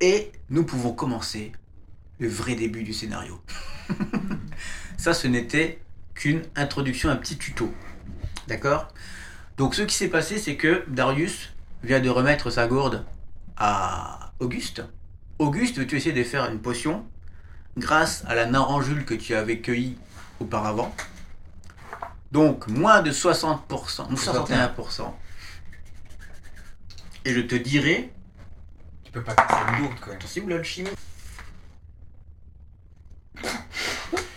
Et nous pouvons commencer le vrai début du scénario. Ça, ce n'était qu'une introduction, un petit tuto. D'accord Donc, ce qui s'est passé, c'est que Darius vient de remettre sa gourde à Auguste. Auguste, tu essayer de faire une potion grâce à la naranjule que tu avais cueillie auparavant. Donc, moins de 60%, ou 61%. Et je te dirai Tu peux pas casser une gourde, quand même. Attention l'alchimie.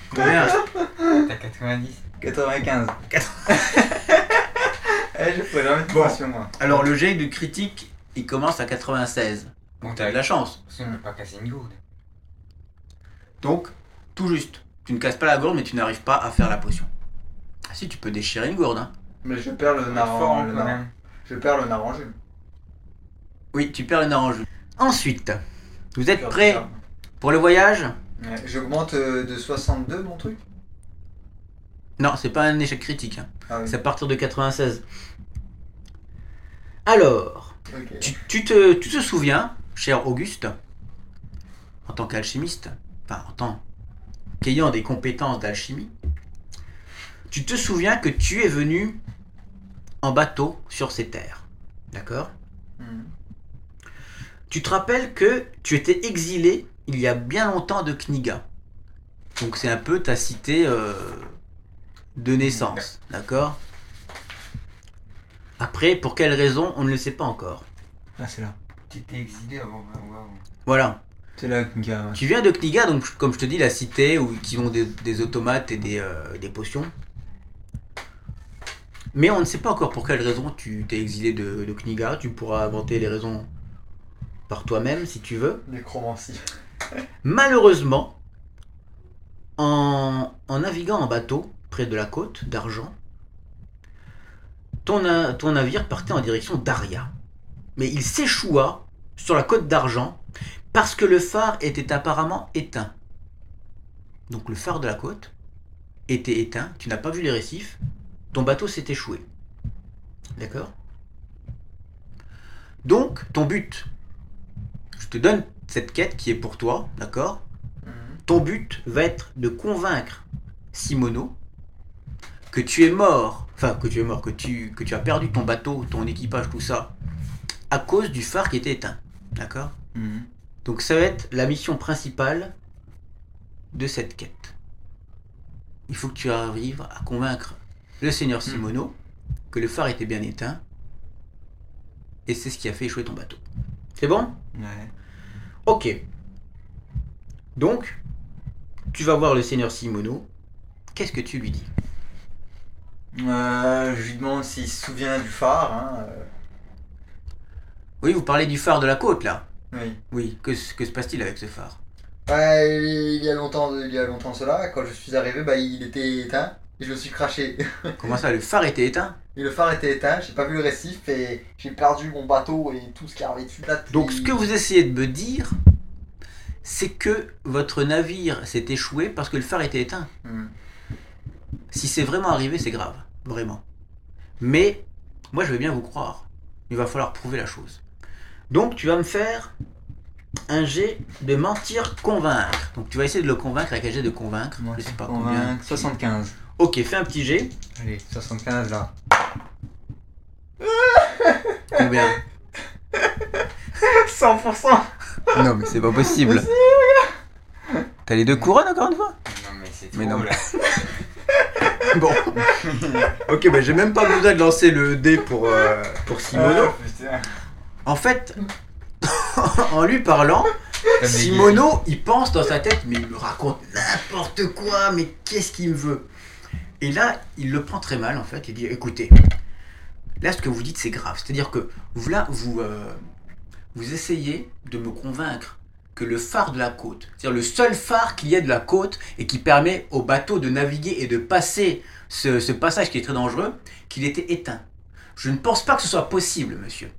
Combien T'as 90. 95. Eh, je pourrais jamais te Bon. penser, moi. Alors le jet de critique, il commence à 96. Bon, Donc t'as t'as eu de la chance. Sinon, on peut pas casser une gourde. Donc, tout juste. Tu ne casses pas la gourde, mais tu n'arrives pas à faire la potion. Ah si, tu peux déchirer une gourde. hein. Mais je perds le On est fort, naran. hein, le quand naran- même. Je perds le naranjule. Oui, tu perds une orange. Ensuite, vous Je êtes perds- prêts pour le voyage Ouais, J'augmente euh, de 62 mon truc. Non, c'est pas un échec critique. hein. Ah oui. C'est à partir de 96. Alors, Ok. Tu, tu te, tu te souviens, cher Auguste, en tant qu'alchimiste, enfin en tant qu'ayant des compétences d'alchimie, tu te souviens que tu es venu en bateau sur ces terres. D'accord Mhm. Tu te rappelles que tu étais exilé il y a bien longtemps de Kniga. Donc c'est un peu ta cité euh, de naissance. D'accord Après, pour quelle raison, on ne le sait pas encore. Ah, c'est là. T'étais exilé avant. ouais, ouais, ouais. Voilà. C'est là, Kinga. Tu viens de Kniga, donc comme je te dis, la cité où qui ont des, des automates et des, euh, des potions. Mais on ne sait pas encore pour quelle raison tu t'es exilé de, de Kniga. Tu pourras inventer les raisons par toi-même si tu veux. Nécromancie. Malheureusement, en, en naviguant en bateau près de la côte d'Argent, ton, na- ton navire partait en direction d'Aria. Mais il s'échoua sur la côte d'Argent parce que le phare était apparemment éteint. Donc le phare de la côte était éteint, tu n'as pas vu les récifs, ton bateau s'est échoué. D'accord Donc ton but, je te donne cette quête qui est pour toi, d'accord Mhm. Ton but va être de convaincre Simono que tu es mort, enfin que tu es mort, que tu, que tu as perdu ton bateau, ton équipage, tout ça, à cause du phare qui était éteint, d'accord Mhm. Donc ça va être la mission principale de cette quête. Il faut que tu arrives à convaincre le seigneur Simono que le phare était bien éteint et c'est ce qui a fait échouer ton bateau. C'est bon Ouais. Ok. Donc, tu vas voir le seigneur Simono. Qu'est-ce que tu lui dis Euh, je lui demande s'il se souvient du phare. Hein. euh, Oui, vous parlez du phare de la côte, là. Oui. Oui, que, s- que se passe-t-il avec ce phare Ouais, il y a longtemps, il y a longtemps cela, quand je suis arrivé, bah, il était éteint et je me suis craché. Comment ça, le phare était éteint Et le phare était éteint, j'ai pas vu le récif et j'ai perdu mon bateau et tout ce qui arrivait dessus. Là, t'es- Donc, ce que vous essayez de me dire, c'est que votre navire s'est échoué parce que le phare était éteint. Hmm. Si c'est vraiment arrivé, c'est grave. Vraiment. Mais, moi, je vais bien vous croire. Il va falloir prouver la chose. Donc, tu vas me faire un jet de mentir convaincre. Donc, tu vas essayer de le convaincre avec un jet de convaincre. je sais pas combien. 75. Ok, fais un petit jet. Allez, 75 là. Combien 100% Non, mais c'est pas possible. T'as les deux couronnes encore une fois Non, mais c'est Mais trop, non. là. Bon. ok, bah j'ai même pas besoin de lancer le dé pour, euh, pour Simono. Ah, putain. En fait, en lui parlant, Simono, il pense dans sa tête, mais il me raconte n'importe quoi, mais qu'est-ce qu'il me veut Et là, il le prend très mal, en fait. Il dit, écoutez, là, ce que vous dites, c'est grave. C'est-à-dire que vous, là, vous, euh, vous essayez de me convaincre que le phare de la côte, c'est-à-dire le seul phare qu'il y ait de la côte et qui permet au bateau de naviguer et de passer ce, ce passage qui est très dangereux, qu'il était éteint. Je ne pense pas que ce soit possible, monsieur.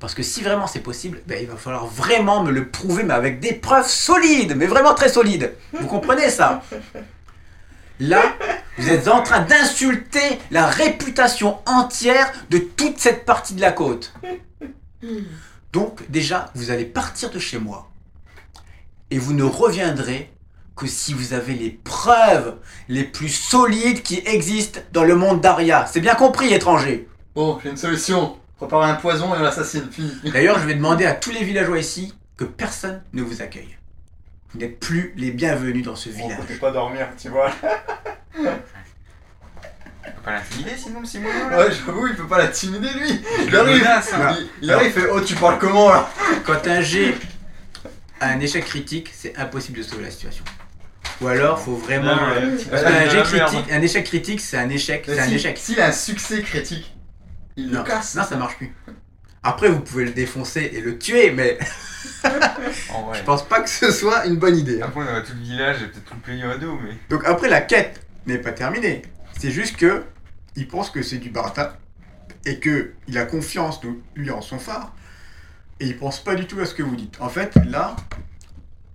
Parce que si vraiment c'est possible, ben, il va falloir vraiment me le prouver, mais avec des preuves solides, mais vraiment très solides. Vous comprenez ça Là, vous êtes en train d'insulter la réputation entière de toute cette partie de la côte. Donc déjà, vous allez partir de chez moi et vous ne reviendrez que si vous avez les preuves les plus solides qui existent dans le monde d'Aria. C'est bien compris, étranger. Bon, j'ai une solution. Prépare un poison et on assassine, fille. D'ailleurs, je vais demander à tous les villageois ici que personne ne vous accueille. Vous n'êtes plus les bienvenus dans ce Oh, On bah peut village. pas dormir, tu vois. On peut pas l'intimider sinon, si mono là. Ouais, j'avoue, il peut pas l'attimider, lui. Je Il le arrive, menace, hein. il, il arrive, il fait Oh, tu parles comment là Quand un G a un échec critique, c'est impossible de sauver la situation. Ou alors, faut vraiment. Ouais, ouais. Parce Ouais, qu'un jet de Ah, la merde. critique, un échec critique, c'est un échec, c'est un Si- échec. S'il a un succès critique, il le Non, casse. non, ça marche plus. Après, vous pouvez le défoncer et le tuer, mais hein. En vrai. je pense pas que ce soit une bonne idée. hein. Après, on aurait tout le village et peut-être tout le pays à dos, mais. Donc après, la quête n'est pas terminée. C'est juste que il pense que c'est du Barata et que il a confiance donc, lui en son phare et il pense pas du tout à ce que vous dites. En fait, là,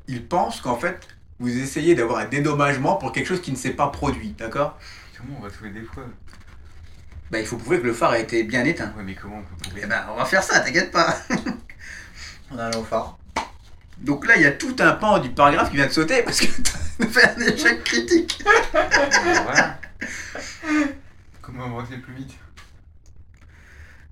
il pense qu'en fait vous essayez d'avoir un dédommagement pour quelque chose qui ne s'est pas produit, d'accord Comment on va trouver des preuves Bah il faut prouver que le phare a été bien éteint. Ouais, mais comment on peut prouver Eh ben on va faire ça, t'inquiète pas. On a au phare. Donc là, il y a tout un pan du paragraphe qui vient de sauter parce que t'as fait un échec critique. Voilà. Comment avancer plus vite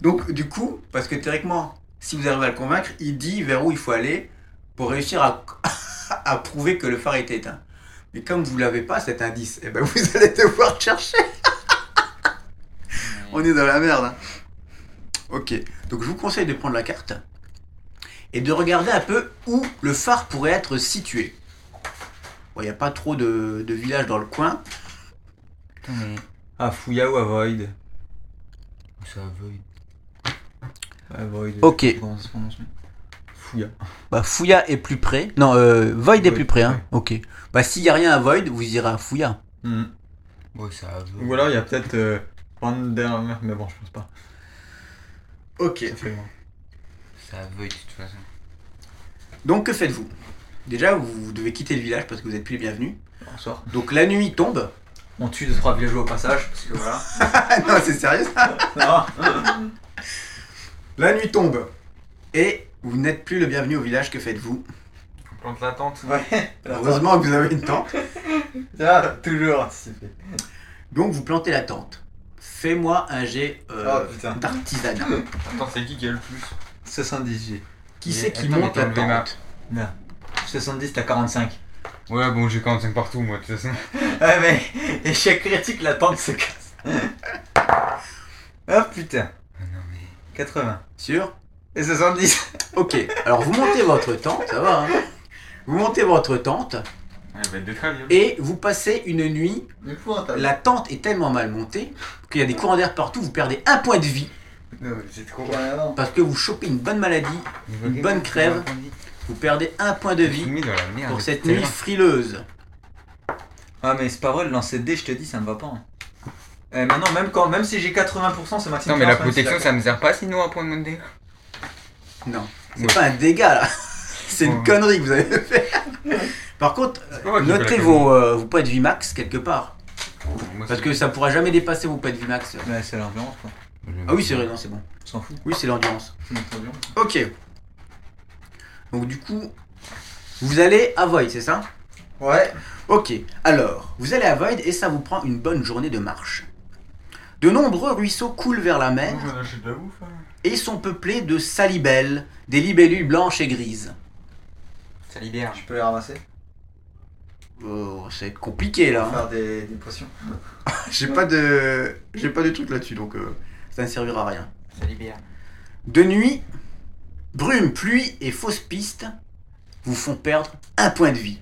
Donc, du coup, parce que théoriquement, si vous arrivez à le convaincre, il dit vers où il faut aller pour réussir à, à prouver que le phare est éteint. Mais comme vous l'avez pas cet indice, eh ben vous allez devoir chercher. On est dans la merde. hein. Ok, donc je vous conseille de prendre la carte et de regarder un peu où le phare pourrait être situé. Bon, il n'y a pas trop de, de villages dans le coin. Ah, Fouya ou Avoid C'est Avoid. Avoid. Ok. je sais pas Comment ça se prononce mais... Fouya. Bah, Fouya est plus près. Non, euh, Void est Void, plus près. Hein. ouais. Ok. Bah, s'il n'y a rien à Void, vous irez à Fouya. Ouais, ça Avoid. Ou alors il y a peut-être euh, Vandermeer, mais bon, je pense pas. Ok. Ça fait loin. Ça veuille de toute façon. Donc que faites-vous Déjà, vous vous devez quitter le village parce que vous n'êtes plus les bienvenus. On sort. Donc la nuit tombe. On tue 2-3 villageois au passage, parce que voilà. Ah non, c'est sérieux ça Ah, La nuit tombe. Et vous n'êtes plus le bienvenu au village, que faites-vous On plante la tente. Ouais, Heureusement que vous avez une tente. ah, toujours anticipé. Donc vous plantez la tente. Fais-moi un jet euh, Oh Ah. putain. d'artisanat. Attends, c'est qui qui a le plus 70 G. Qui Mais c'est qui attends, mais monte t'as la enlevé ma- tente 70, t'as 45. Ouais, bon, j'ai 45 partout, moi, de toute façon. Ouais, Ah, mais échec critique, la tente se casse. oh putain. Non, mais. 80. Sûr Et 70. Ok. Alors vous montez votre tente, ça va. hein vous montez votre tente Elle va être de très violente. et vous passez une nuit. Du coup, hein, t'as- La tente est tellement mal montée qu'il y a des courants d'air partout. Vous perdez un point de vie Non, mais c'est trop. Ouais, non. parce que vous chopez une bonne maladie Une bonne crève. Vous perdez un point de vie Mis dans la merde. pour cette putain. nuit frileuse. Ah, mais c'est pas vrai, le lancer de dés, je te dis, ça me va pas. hein. Eh, maintenant, même, quand, même si j'ai 80%, c'est maximum. Attends, mais la 40, même si protection, ça me sert pas sinon hein, à point de mon dégâts. Non, c'est Ouais. pas un dégât là. C'est une Ouais. connerie que vous avez fait. Par contre, C'est pas moi qui fais la notez connerie. vos, euh, vos points de vie max quelque part. Moi, Parce c'est- que ça pourra jamais dépasser vos points de vie max. Ouais, c'est l'ambiance, quoi. Ah oui, c'est vrai, non, c'est bon. On s'en fout. Oui, c'est l'endurance. C'est notre ambiance. hein. Ok. Donc du coup, vous allez à Void, c'est ça Ouais, Ok, alors, vous allez à Void et ça vous prend une bonne journée de marche. De nombreux ruisseaux coulent vers la mer. Je vais lâcher de la bouffe. hein. et sont peuplés de salibelles, des libellules blanches et grises. Ça libère. je peux les ramasser. Oh, ça va être compliqué là. hein. Faire des, des potions. J'ai pas de, j'ai pas de truc là-dessus, donc euh, ça ne servira à rien. Ça libère. De nuit, brume, pluie et fausses pistes vous font perdre un point de vie.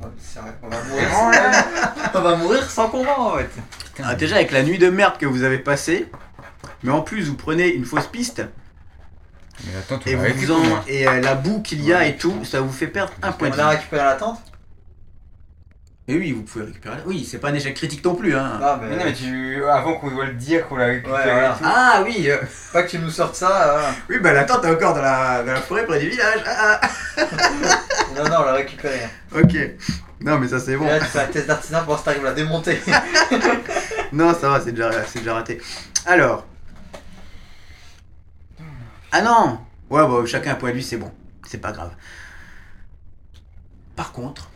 Ouais, c'est vrai, on va mourir. Vraiment là On va mourir sans combat, en fait. Ah, déjà avec la nuit de merde que vous avez passée, mais en plus vous prenez une fausse piste Mais attends, tu et vas vous arrêter vous pour en, moi. et euh, la boue qu'il y a Ouais. et tout, ça vous fait perdre un point de On a vie. récupéré la tente Et oui, vous pouvez récupérer. Oui, c'est pas un échec critique non plus. Hein. Non, Mais non, mais tu. Avant qu'on doit le dire qu'on l'a récupéré. Ouais, et voilà. tout. Ah oui. euh, Pas que tu nous sortes ça. euh. Oui, bah la tente est encore dans la, dans la forêt près du village. Ah, ah. Non, non, on l'a récupéré. hein. Ok. Non, mais ça c'est Et bon. là, tu fais un test d'artisan pour voir si t'arrives à la démonter. Non, ça va, c'est déjà, c'est déjà raté. Alors. Ah non Ouais, bah chacun un point de vue, c'est bon. C'est pas grave. Par contre,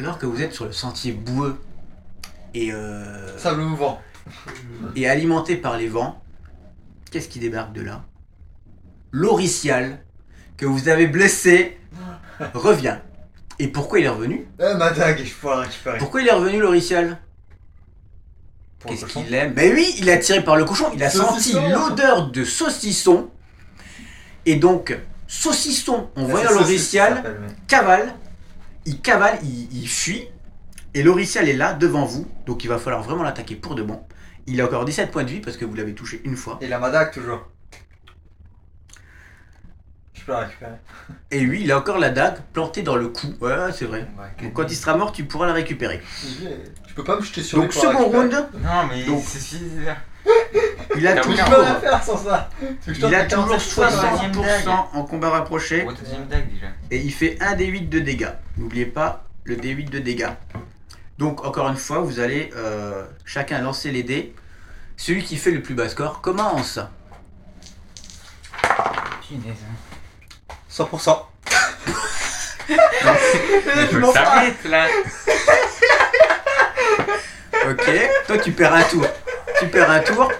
alors que vous êtes sur le sentier boueux et, euh, Sable mouvant. et alimenté par les vents, qu'est-ce qui débarque de là L'oricial que vous avez blessé revient. Et pourquoi il est revenu Eh, ma dague, je pourrais la récupérer. Pourquoi il est revenu l'oricial Pour le Qu'est-ce cochon. qu'il aime Mais Ben oui, il est attiré par le cochon, il a senti Saucisson. l'odeur de saucisson. Et donc, saucisson, en voyant l'oricial, cavale, il cavale, il, il fuit, et l'oricial est là devant vous, donc il va falloir vraiment l'attaquer pour de bon. Il a encore 17 points de vie parce que vous l'avez touché une fois. Et la Madag toujours. Je peux la récupérer. Et lui, il a encore la dague plantée dans le cou. Ouais, ouais, c'est vrai. Donc quand il sera mort, tu pourras la récupérer. Je peux pas me jeter sur Donc lui pour la second récupérer. round, Non, mais Donc- c'est c'est- il a Ah oui, Je toujours, peux non. la faire sans ça. Tu veux que je il a tente la toujours 47, ça va. 60% en combat rapproché Au deuxième deck déjà. et il fait un D8 de dégâts. N'oubliez pas le D8 de dégâts. Donc encore une fois, vous allez euh, chacun lancer les dés. Celui qui fait le plus bas score commence. hein. 100%. Mais tu m'en feras. t'arrêtes, là Ok, toi tu perds un tour. Tu perds un tour.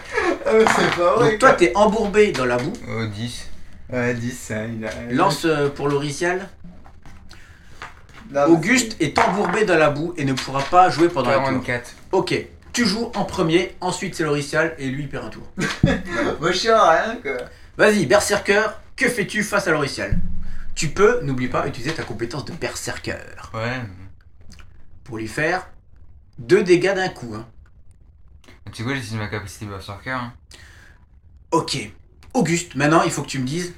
Ah, mais C'est pas vrai. Donc toi t'es embourbé dans la boue. Au 10. Ouais, 10, hein, il Eh a. Lance euh, pour l'oricial. Non, mais Auguste est embourbé dans la boue et ne pourra pas jouer pendant la tour. 44. Ok, tu joues en premier, ensuite c'est l'oricial et lui il perd un tour. c'est- Moi je suis à rien quoi. Vas-y, berserker, que fais-tu face à l'oricial Tu peux, n'oublie pas, utiliser ta compétence de berserker Ouais. pour lui faire deux dégâts d'un coup. hein. Tu sais quoi, j'utilise ma capacité Berserker. Hein. Ok, Auguste, maintenant il faut que tu me dises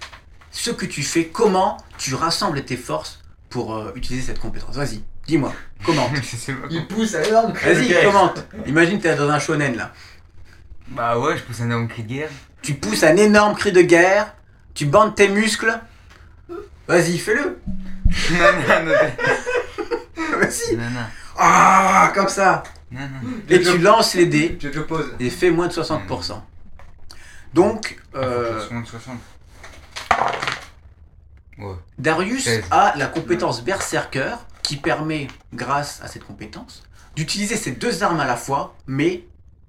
ce que tu fais, comment tu rassembles tes forces pour euh, utiliser cette compétence. Vas-y, dis-moi, comment Je sais pas comment. Il pousse à énorme cri de Vas-y, guerre. commente. Imagine t'es dans un shonen là. Bah ouais, je pousse un homme cri de guerre. Tu pousses un énorme cri de guerre, tu bandes tes muscles. Vas-y, fais-le. non, non, non, Vas-y. non, non, Ah, comme ça. non, non. Et Je- tu lances les dés Je te pose. et fais moins de 60%. Donc, euh, Faut que je monte 60. Ouais. Darius Seize. a la compétence Berserker qui permet, grâce à cette compétence, d'utiliser ses deux armes à la fois, mais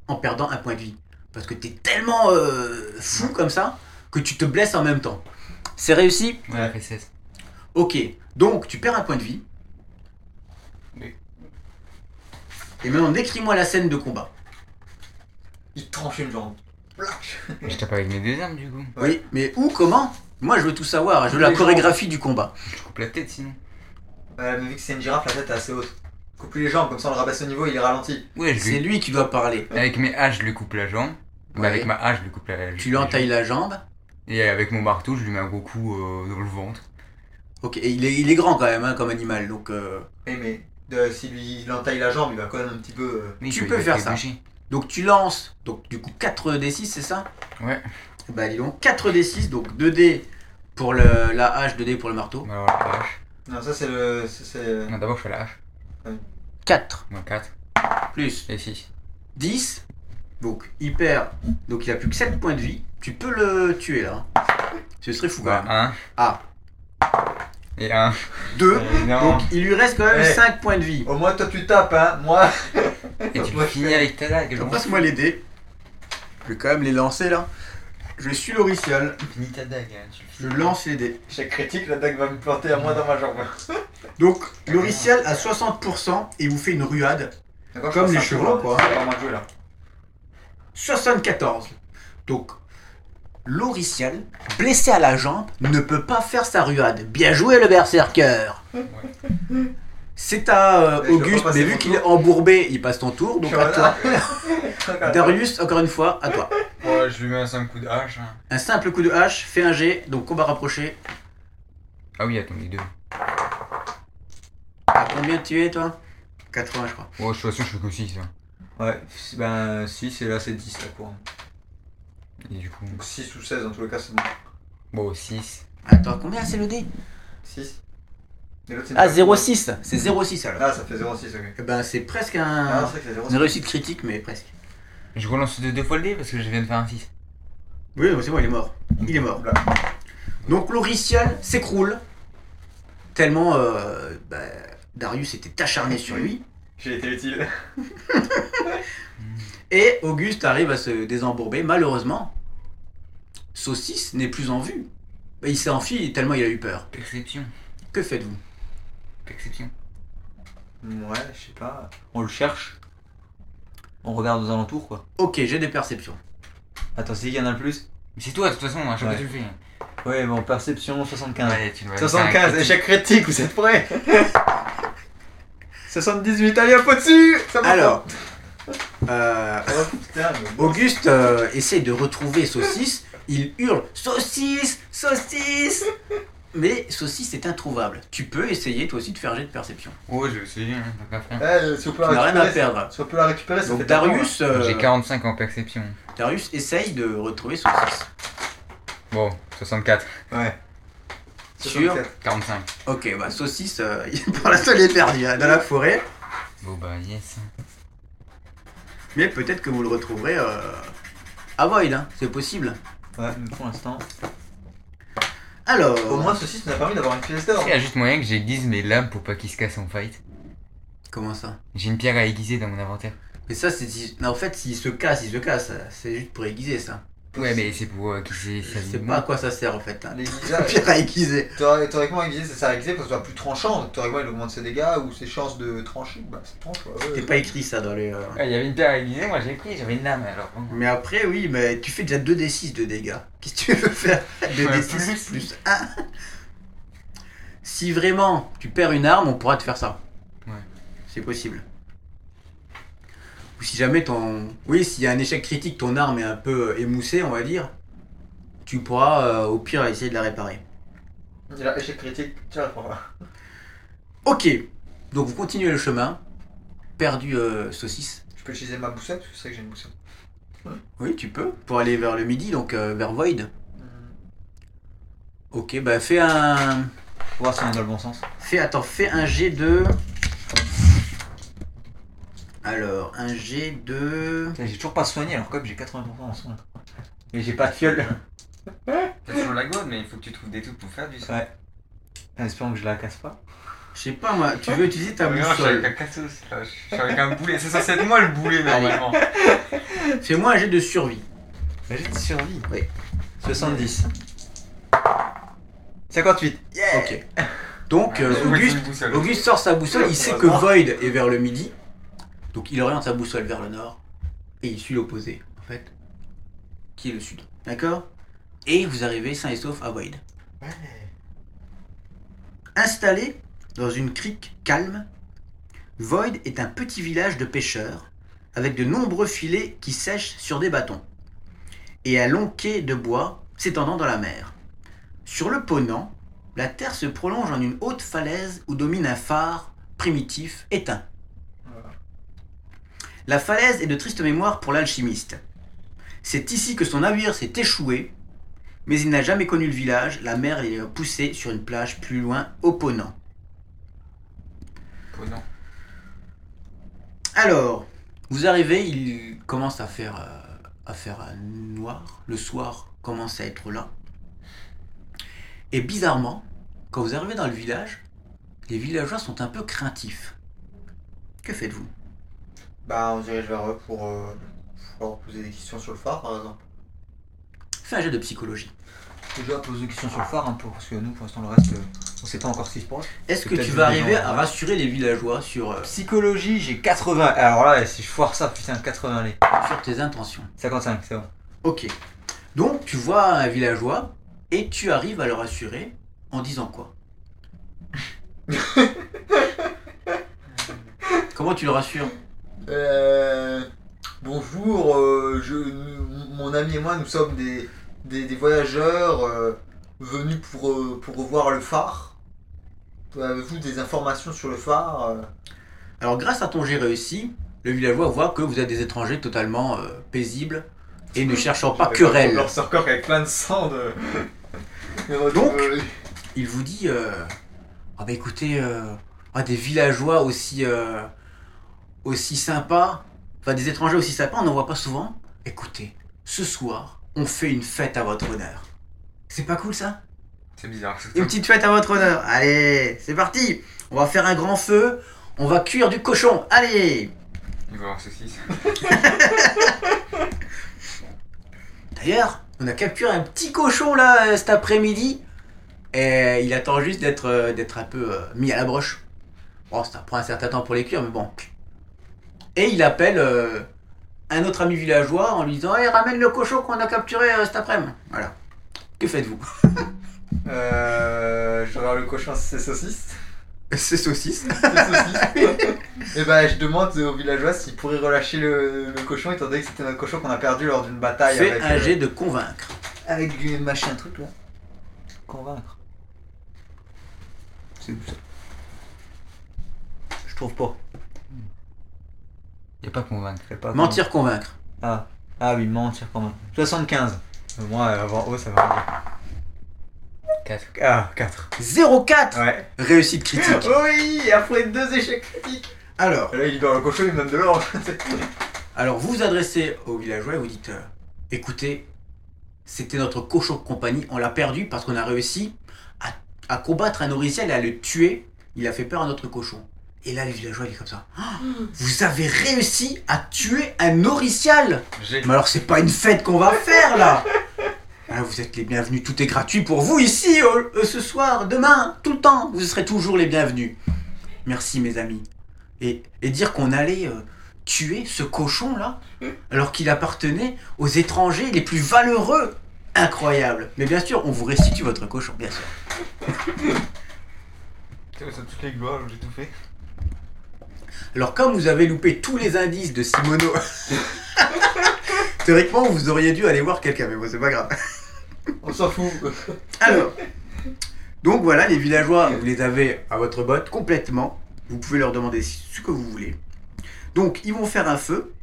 en perdant un point de vie. Parce que t'es tellement euh, fou comme ça que tu te blesses en même temps. C'est réussi Ouais, elle fait 16. Ok, donc tu perds un point de vie. Oui. Et maintenant, décris-moi la scène de combat. Il tranche une jambe. Plac. Je tape avec mes deux armes du coup. Ouais. Oui, mais où, comment Moi, je veux tout savoir. Je veux la Les gens. chorégraphie du combat. Je coupe la tête sinon. Ouais, Euh, mais vu que c'est une girafe, la tête est assez haute. Coupe les jambes, comme ça on le rabaisse au niveau, il est ralenti. Ouais, je C'est lui. lui qui doit parler. Avec mes haches, je lui coupe la jambe. Bah, Ouais. avec ma hache, je lui coupe la. Tu lui la entailles la jambe. jambe. Et avec mon marteau, je lui mets un gros coup euh, dans le ventre. Ok, et il est, il est grand quand même, hein, comme animal. Donc, euh, Eh, mais de- si lui il entaille la jambe, il va quand même un petit peu. euh, Mais il Tu peut- il peux peut faire être ça. bouché. donc tu lances. Donc, du coup, 4d6, c'est ça Ouais. Bah, dis donc, 4d6. Donc, 2d pour le- la hache, 2d pour le marteau. Bah, Alors la hache. Non, ça c'est le. ça, c'est- euh. Non, d'abord je fais la hache. 4 Moins 4 plus et 6. 10. Donc il perd. Donc il a plus que 7 points de vie. Tu peux le tuer là. hein. Ce serait fou quand Bah, même. 1. Ah. Et 1. 2. Évidemment. Donc il lui reste quand même Eh. 5 points de vie. Au moins toi tu tapes, hein. Moi. Et tu moi, peux je finir avec ta dague. genre. Passe-moi les dés. Je vais quand même les lancer là. Je suis l'oricial. Finis ta dague. hein, tu le Je finis. lance les dés. Chaque critique, la dague va me planter à moi dans ma jambe. Donc l'oricial à 60% et vous fait une ruade. D'accord, Comme je les passe un tour, chevaux, là. quoi. C'est pas mal joué là. 74. Donc l'oricial, blessé à la jambe, ne peut pas faire sa ruade. Bien joué le berserker. C'est à euh, Mais je dois Auguste, pas passer mais vu mon qu'il tour. est embourbé, il passe ton tour, donc Je à suis toi. Regarde. Darius, encore une fois, à toi. Ouais, je lui mets un 5 coup de hache. hein. Un simple coup de hache, fais un G, donc combat rapproché. Ah oui, attends, les deux. À combien tu es, toi 80, je crois. Oh, de toute façon, je fais que 6. Hein. Ouais, c'est- ben 6 et là c'est 10 la cour. Et du coup. Donc 6 ou 16 en tous les cas, c'est bon. Bon, 6. Attends, combien c'est le dé 6. Et l'autre, c'est une Ah, table. 0,6. C'est 0,6 alors. Ah, ça fait 0,6, ok. Eh ben, c'est presque Ah, un... c'est vrai que c'est une 0,6. réussite critique, mais presque. Je relance de deux fois le dé parce que je viens de faire un 6. Oui, non, c'est bon, il est mort. Il est mort. Donc l'oricial s'écroule, tellement euh, bah, Darius était acharné sur lui. J'ai été utile. Et Auguste arrive à se désembourber. Malheureusement, Saucisse n'est plus en vue. Mais Il s'est enfui tellement il a eu peur. Perception. Que faites-vous Perception. Ouais, je sais pas. On le cherche. On regarde aux alentours, quoi. Ok, j'ai des perceptions. Attends, c'est qui y en a le plus Mais c'est toi, de toute façon, à chaque Ouais. fois tu le fais. hein. Ouais, bon, perception 75. Ouais, tu dois- 75, t'as un- échec critique, vous êtes prêts 78, allez, un peu dessus Ah, Ça va Alors, euh, Oh putain, mais bon. Auguste euh, essaie de retrouver Saucisse. Il hurle Saucisse Saucisse Mais Saucisse est introuvable. Tu peux essayer toi aussi de faire jet de perception. Ouais, je sais, hein, t'as qu'à faire. Eh, si on peut Tu la n'as rien à récupérer, perdre. si on peut la récupérer, ça Donc fait hein. tellement, Darius, euh, J'ai 45 en perception. Darius essaye de retrouver Saucisse. Bon, 64. hein. Sur 64. 45. Ok, bah saucisse, euh, pour l'instant il est perdu hein, dans la forêt, Bon bah yes. mais peut-être que vous le retrouverez euh, à Void, hein, c'est possible. Ouais, mais pour l'instant. Alors, Au moins, ceci nous a permis d'avoir une pièce d'or. Il y a juste moyen que j'aiguise mes lames pour pas qu'ils se cassent en fight. comment ça J'ai une pierre à aiguiser dans mon inventaire. Mais ça, c'est si- non, en fait, s'il se casse, il se casse, c'est juste pour aiguiser ça. Ouais, mais c'est pour euh, Je qu'ils s'alignent sais mieux. pas à quoi ça sert en fait. Hein. Les euh, Pierre à aiguiser. Théori- Théoriquement, aiguisé, ça sert à aiguiser parce que ça soit plus tranchant. Donc, Théoriquement, il augmente ses dégâts ou ses chances de trancher. Bah, ça tranche. quoi. Ouais. C'est pas écrit ça dans les. euh, Ouais, Il y avait une pierre à aiguiser, moi j'ai pris, j'avais une lame alors. hein. Mais après, oui, mais tu fais déjà 2d6 de dégâts. Qu'est-ce que tu veux faire Ouais, 2d6 plus. plus 1 Si vraiment tu perds une arme, on pourra te faire ça. Ouais. C'est possible. Ou si jamais ton. Oui, s'il y a un échec critique, ton arme est un peu euh, émoussée, on va dire, tu pourras euh, au pire essayer de la réparer. Il a échec critique. Tiens, je Ok Donc vous continuez le chemin. Perdu euh, saucisse. Je peux utiliser ma boussole parce que c'est vrai que j'ai une boussole. Oui, tu peux. Pour aller vers le midi, donc euh, vers Void. Mmh, Hmm. Ok, bah fais un. Faut voir si on est dans le bon sens. Fais, attends, fais un G de... Alors, un G de... Putain, J'ai toujours pas soigné alors que j'ai 80% en soin. Mais j'ai pas de fiole. T'as toujours la gourde, mais il faut que tu trouves des trucs pour faire du Ouais. Espérons que je la casse pas. Je sais pas moi, tu veux utiliser ta Regarde, je suis avec boussole. un cassos, là, je suis avec un boulet. C'est censé être moi le boulet normalement. Fais-moi un G de survie. Mais Bah, j'ai de survie. Oui. 70. 58. Ok. Donc, euh, Ouais, Auguste, je vois que c'est une boussole. Auguste sort sa boussole, il sait que Void est vers le midi. Donc il oriente sa boussole vers le nord. Et il suit l'opposé, en fait. Qui est le sud. D'accord Et vous arrivez sain et sauf à Void. Ouais. Installé dans une crique calme, Void est un petit village de pêcheurs avec de nombreux filets qui sèchent sur des bâtons et un long quai de bois s'étendant dans la mer. Sur le ponant, la terre se prolonge en une haute falaise où domine un phare primitif éteint. Voilà. La falaise est de triste mémoire pour l'alchimiste. C'est ici que son navire s'est échoué, mais il n'a jamais connu le village, la mer l'y a poussé sur une plage plus loin au Ponant. Oh non. Alors, vous arrivez, il commence à faire, euh, à faire euh, noir, le soir commence à être là. Et bizarrement, quand vous arrivez dans le village, les villageois sont un peu craintifs. Que faites-vous Bah, on se dirige vers eux pour euh, leur poser des questions sur le phare, par exemple. Fais un jet de psychologie. Déjà, pose une question sur le phare, hein, pour- parce que nous, pour l'instant, le reste, euh, on sait pas encore ce qui se passe. Est-ce que Peut-être tu vas des gens, arriver à ouais. rassurer les villageois sur, euh, Psychologie, j'ai 80. Alors là, si je foire ça, putain, 80, allez. sur tes intentions 55, c'est bon. Ok. Donc tu vois un villageois et tu arrives à le rassurer en disant quoi Comment tu le rassures Euh, bonjour, euh, je, m- mon ami et moi, nous sommes des, des, des voyageurs euh, venus pour, euh, pour revoir le phare. Avez-vous des informations sur le phare euh Alors grâce à ton jet réussi, le villageois voit que vous êtes des étrangers totalement euh, paisibles et ne cherchant Oh, pas querelle. Leur sort corps avec plein de sang de. Donc Euh, Il vous dit euh, Ah bah écoutez, euh, ah, des villageois aussi, euh, aussi sympas, enfin des étrangers aussi sympas, on n'en voit pas souvent. Écoutez, ce soir, on fait une fête à votre honneur. C'est pas cool ça C'est bizarre. c'est Une petite fête à votre honneur. Allez, c'est parti. On va faire un grand feu. On va cuire du cochon. Allez Il va avoir saucisse. D'ailleurs, on a capturé un petit cochon là euh, cet après-midi. Et il attend juste d'être euh, d'être un peu euh, mis à la broche. Bon, ça prend un certain temps pour les cuire, mais bon. Et il appelle euh, un autre ami villageois en lui disant Eh, ramène le cochon qu'on a capturé euh, cet après-midi. Voilà. Que faites-vous Euh, je regarde le cochon, c'est saucisse. C'est saucisse. C'est saucisse. et ben, je demande aux villageois s'ils pourraient relâcher le, le cochon, étant donné que c'était un cochon qu'on a perdu lors d'une bataille Fais avec, un euh, jet de convaincre. avec du machin truc là. Convaincre. C'est ça. Je trouve pas. Il a pas convaincre. Je sais pas comment- Mentir, convaincre. Ah. ah oui, mentir quand même. 75. Moi, euh, avant haut, ça va. 4. Ah, 4. 0,4 Ouais. Réussite critique. Oui, après deux échecs critiques. Alors, Là, il libère le cochon, il me donne de l'or. alors vous vous adressez au villageois et vous dites euh, écoutez, c'était notre cochon de compagnie, on l'a perdu parce qu'on a réussi à, à combattre un oriciel et à le tuer. Il a fait peur à notre cochon. Et là, le villageois, il est comme ça. Ah, vous avez réussi à tuer un oricial J'ai. Mais alors, c'est pas une fête qu'on va faire là Ah, Vous êtes les bienvenus, tout est gratuit pour vous ici, euh, euh, ce soir, demain, tout le temps, vous serez toujours les bienvenus. Merci mes amis. Et, et dire qu'on allait euh, tuer ce cochon là, alors qu'il appartenait aux étrangers les plus valeureux Incroyable Mais bien sûr, on vous restitue votre cochon, bien sûr. Putain, ça toutes les gloires, j'ai tout fait. Alors comme vous avez loupé tous les indices de Simono, théoriquement vous auriez dû aller voir quelqu'un, mais bon c'est pas grave. On s'en fout. Alors, donc voilà, les villageois, vous les avez à votre botte complètement. Vous pouvez leur demander ce que vous voulez. Donc, ils vont faire un feu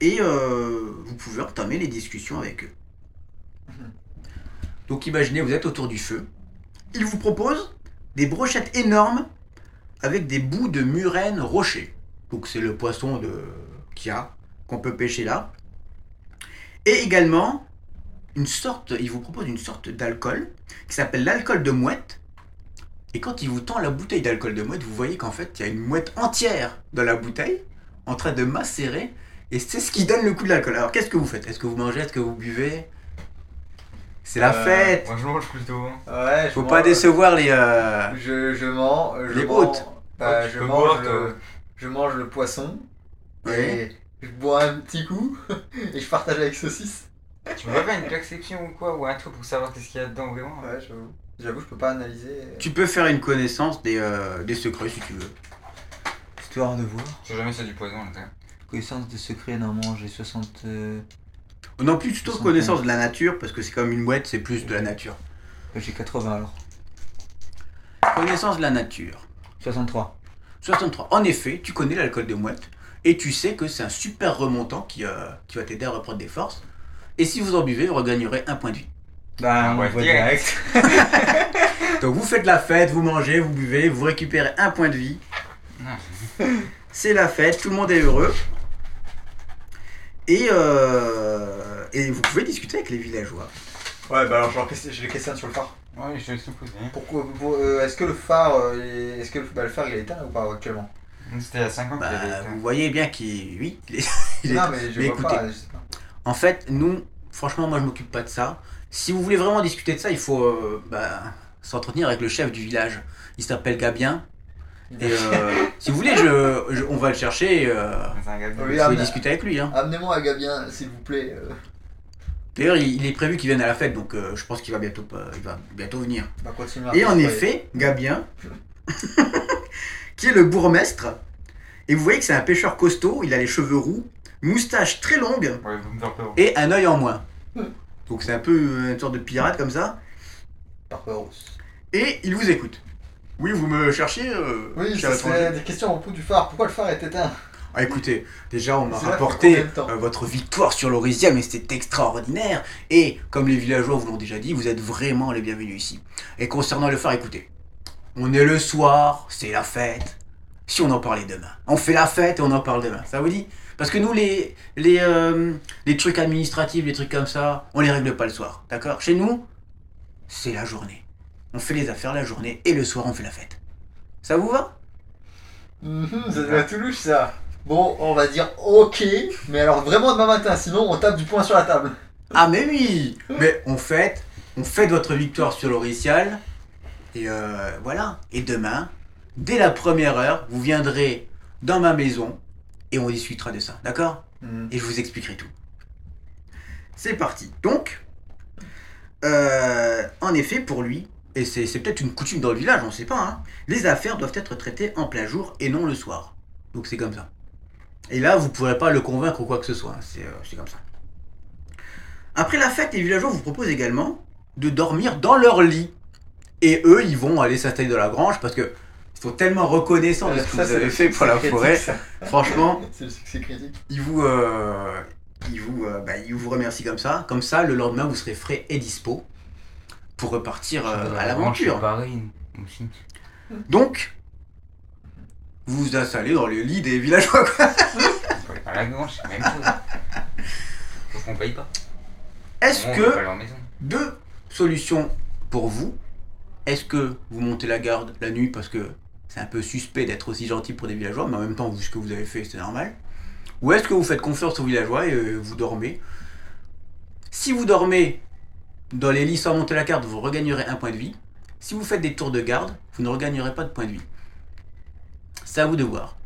et euh, vous pouvez entamer les discussions avec eux. Donc, imaginez, vous êtes autour du feu. Ils vous proposent des brochettes énormes avec des bouts de murène rocher. Donc, c'est le poisson de qu'il y a, qu'on peut pêcher là. Et également, une sorte, il vous propose une sorte d'alcool qui s'appelle l'alcool de mouette. Et quand il vous tend la bouteille d'alcool de mouette, vous voyez qu'en fait, il y a une mouette entière dans la bouteille en train de macérer. Et c'est ce qui donne le coup de l'alcool. Alors qu'est-ce que vous faites Est-ce que vous mangez Est-ce que vous buvez C'est la Euh, fête Moi je mange plutôt. hein. Ouais, je Faut mens, pas euh, décevoir les. euh, Je, je mens. euh, Je Les mens. hôtes. Bah, Ouais, tu je, peux mange boire, le, je mange le poisson. Ouais. Et je bois un petit coup. et je partage avec saucisse. Tu peux pas faire une perception ou quoi Ou un truc pour savoir qu'est-ce qu'il y a dedans vraiment Ouais, j'avoue. J'avoue, je peux pas analyser. euh. Tu peux faire une connaissance des, euh, des secrets si tu veux. Histoire de voir. Je sais jamais s'il y a du poison à l'intérieur. Connaissance de secret, non, j'ai 60. euh, Non, plus plutôt connaissance de la nature, parce que c'est comme une mouette, c'est plus de la nature. J'ai 80 alors. Connaissance de la nature. 63. 63. En effet, tu connais l'alcool de mouette et tu sais que c'est un super remontant qui, euh, qui va t'aider à reprendre des forces. Et si vous en buvez, vous regagnerez un point de vie. Bah, Ah on ouais, voit direct. direct. Donc vous faites la fête, vous mangez, vous buvez, vous récupérez un point de vie. C'est la fête, tout le monde est heureux. Et, euh, et vous pouvez discuter avec les villageois. Ouais, bah alors, genre, qu'est-ce- je les questionne sur le phare. Ouais, je te laisse tout poser. Pourquoi pour- euh, Est-ce que le phare. euh, est- Est-ce que le, bah, le phare il est éteint ou pas actuellement C'était il y a 5 ans qu'il Bah, avait été. vous voyez bien qu'il... Oui, il est- Il est Non, mais je mais vois pas. écoutez. je sais pas. En fait, nous, franchement, moi, je m'occupe pas de ça. Si vous voulez vraiment discuter de ça, il faut euh, bah, s'entretenir avec le chef du village. Il s'appelle Gabien. Et euh, si vous voulez, je, je- on va le chercher. et, euh, C'est un gars de- vous Oui, pouvez Arnaud. discuter avec lui. hein. Amenez-moi à Gabien, s'il vous plaît. euh. D'ailleurs, il, il est prévu qu'il vienne à la fête, donc euh, je pense qu'il va bientôt, pas- il va bientôt venir. Bah, continuez à Et en parler. effet, Gabien, qui est le bourgmestre, et vous voyez que c'est un pêcheur costaud. Il a les cheveux roux, moustache très longue, Ouais, vous me faites peur. et un œil en moins. Donc c'est un peu une sorte de pirate comme ça. Barbaros. et il vous écoute. Oui, vous me cherchez euh, Oui, cher ça étranger serait des questions à propos du phare. Pourquoi le phare est éteint Ah, écoutez, déjà, on m'a C'est là rapporté qu'on gagne le temps. euh, votre victoire sur l'Orisia, mais c'était extraordinaire. Et comme les villageois vous l'ont déjà dit, vous êtes vraiment les bienvenus ici. Et concernant le phare, écoutez, on est le soir, c'est la fête. Si on en parlait demain, on fait la fête et on en parle demain. Ça vous dit Parce que nous, les les euh, les trucs administratifs, les trucs comme ça, on les règle pas le soir, d'accord Chez nous, c'est la journée. On fait les affaires la journée et le soir on fait la fête. Ça vous va Mhm, ça devient tout louche ça. Bon, on va dire ok, mais alors vraiment demain matin, sinon on tape du poing sur la table. Ah mais oui Mais on fête, on fête votre victoire sur l'Oricial. Et euh, voilà. Et demain, dès la première heure, vous viendrez dans ma maison et on discutera de ça, d'accord Mhm. Et je vous expliquerai tout. C'est parti. Donc, euh, en effet, pour lui, et c'est c'est peut-être une coutume dans le village, on ne sait pas, hein, les affaires doivent être traitées en plein jour et non le soir. Donc c'est comme ça. Et là, vous ne pourrez pas le convaincre ou quoi que ce soit, hein, c'est euh, c'est comme ça. Après la fête, les villageois vous proposent également de dormir dans leur lit. Et eux, ils vont aller s'installer dans la grange parce que ils sont tellement reconnaissants de ce que Euh, Ça, vous c'est avez le fait pour succès la critique, forêt. ça. Franchement, C'est le succès critique. il vous, euh, il vous, euh, bah, il vous remercie comme ça. Comme ça, le lendemain, vous serez frais et dispo pour repartir Ah, euh, à l'aventure. Paris aussi. Donc, vous vous installez dans le lit des villageois. quoi. Pour aller à la grange, c'est la même chose. Sauf qu'on paye pas. Est-ce Bon, on va pas à que leur maison. deux solutions pour vous Est-ce que vous montez la garde la nuit parce que c'est un peu suspect d'être aussi gentil pour des villageois, mais en même temps, vu ce que vous avez fait, c'est normal Ou est-ce que vous faites confiance aux villageois et euh, vous dormez Si vous dormez dans les lits sans monter la garde, vous regagnerez un point de vie. Si vous faites des tours de garde, vous ne regagnerez pas de point de vie. C'est à vous de voir.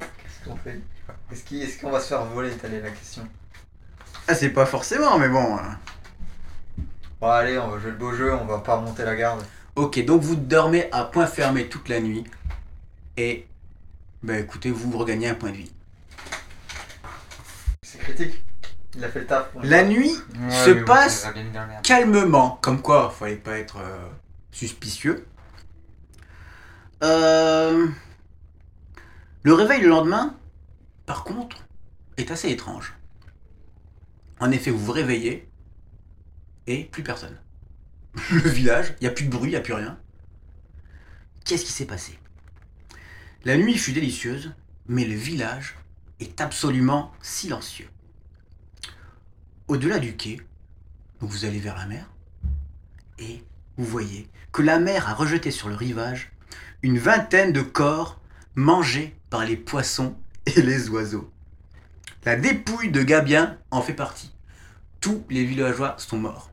Qu'est-ce qu'on fait Est-ce qu'il- est-ce qu'on va se faire voler Telle est la question. Ah, c'est pas forcément, mais bon. hein. Bon, allez, on va jouer le beau jeu, on va pas monter la garde. Ok, donc vous dormez à point fermé toute la nuit. Et, bah écoutez, vous regagnez un point de vie. C'est critique. Il a fait le taf. on La le nuit Ouais, se mais bon, passe- ça va bien dans l'herbe. calmement, comme quoi, fallait pas être euh, suspicieux. Euh, Le réveil le lendemain, par contre, est assez étrange. En effet, vous vous réveillez et plus personne. Le village, il n'y a plus de bruit, il n'y a plus rien. Qu'est-ce qui s'est passé La nuit fut délicieuse, mais le village est absolument silencieux. Au-delà du quai, donc vous allez vers la mer et vous voyez que la mer a rejeté sur le rivage une vingtaine de corps mangés par les poissons et les oiseaux. La dépouille de Gabien en fait partie. Tous les villageois sont morts.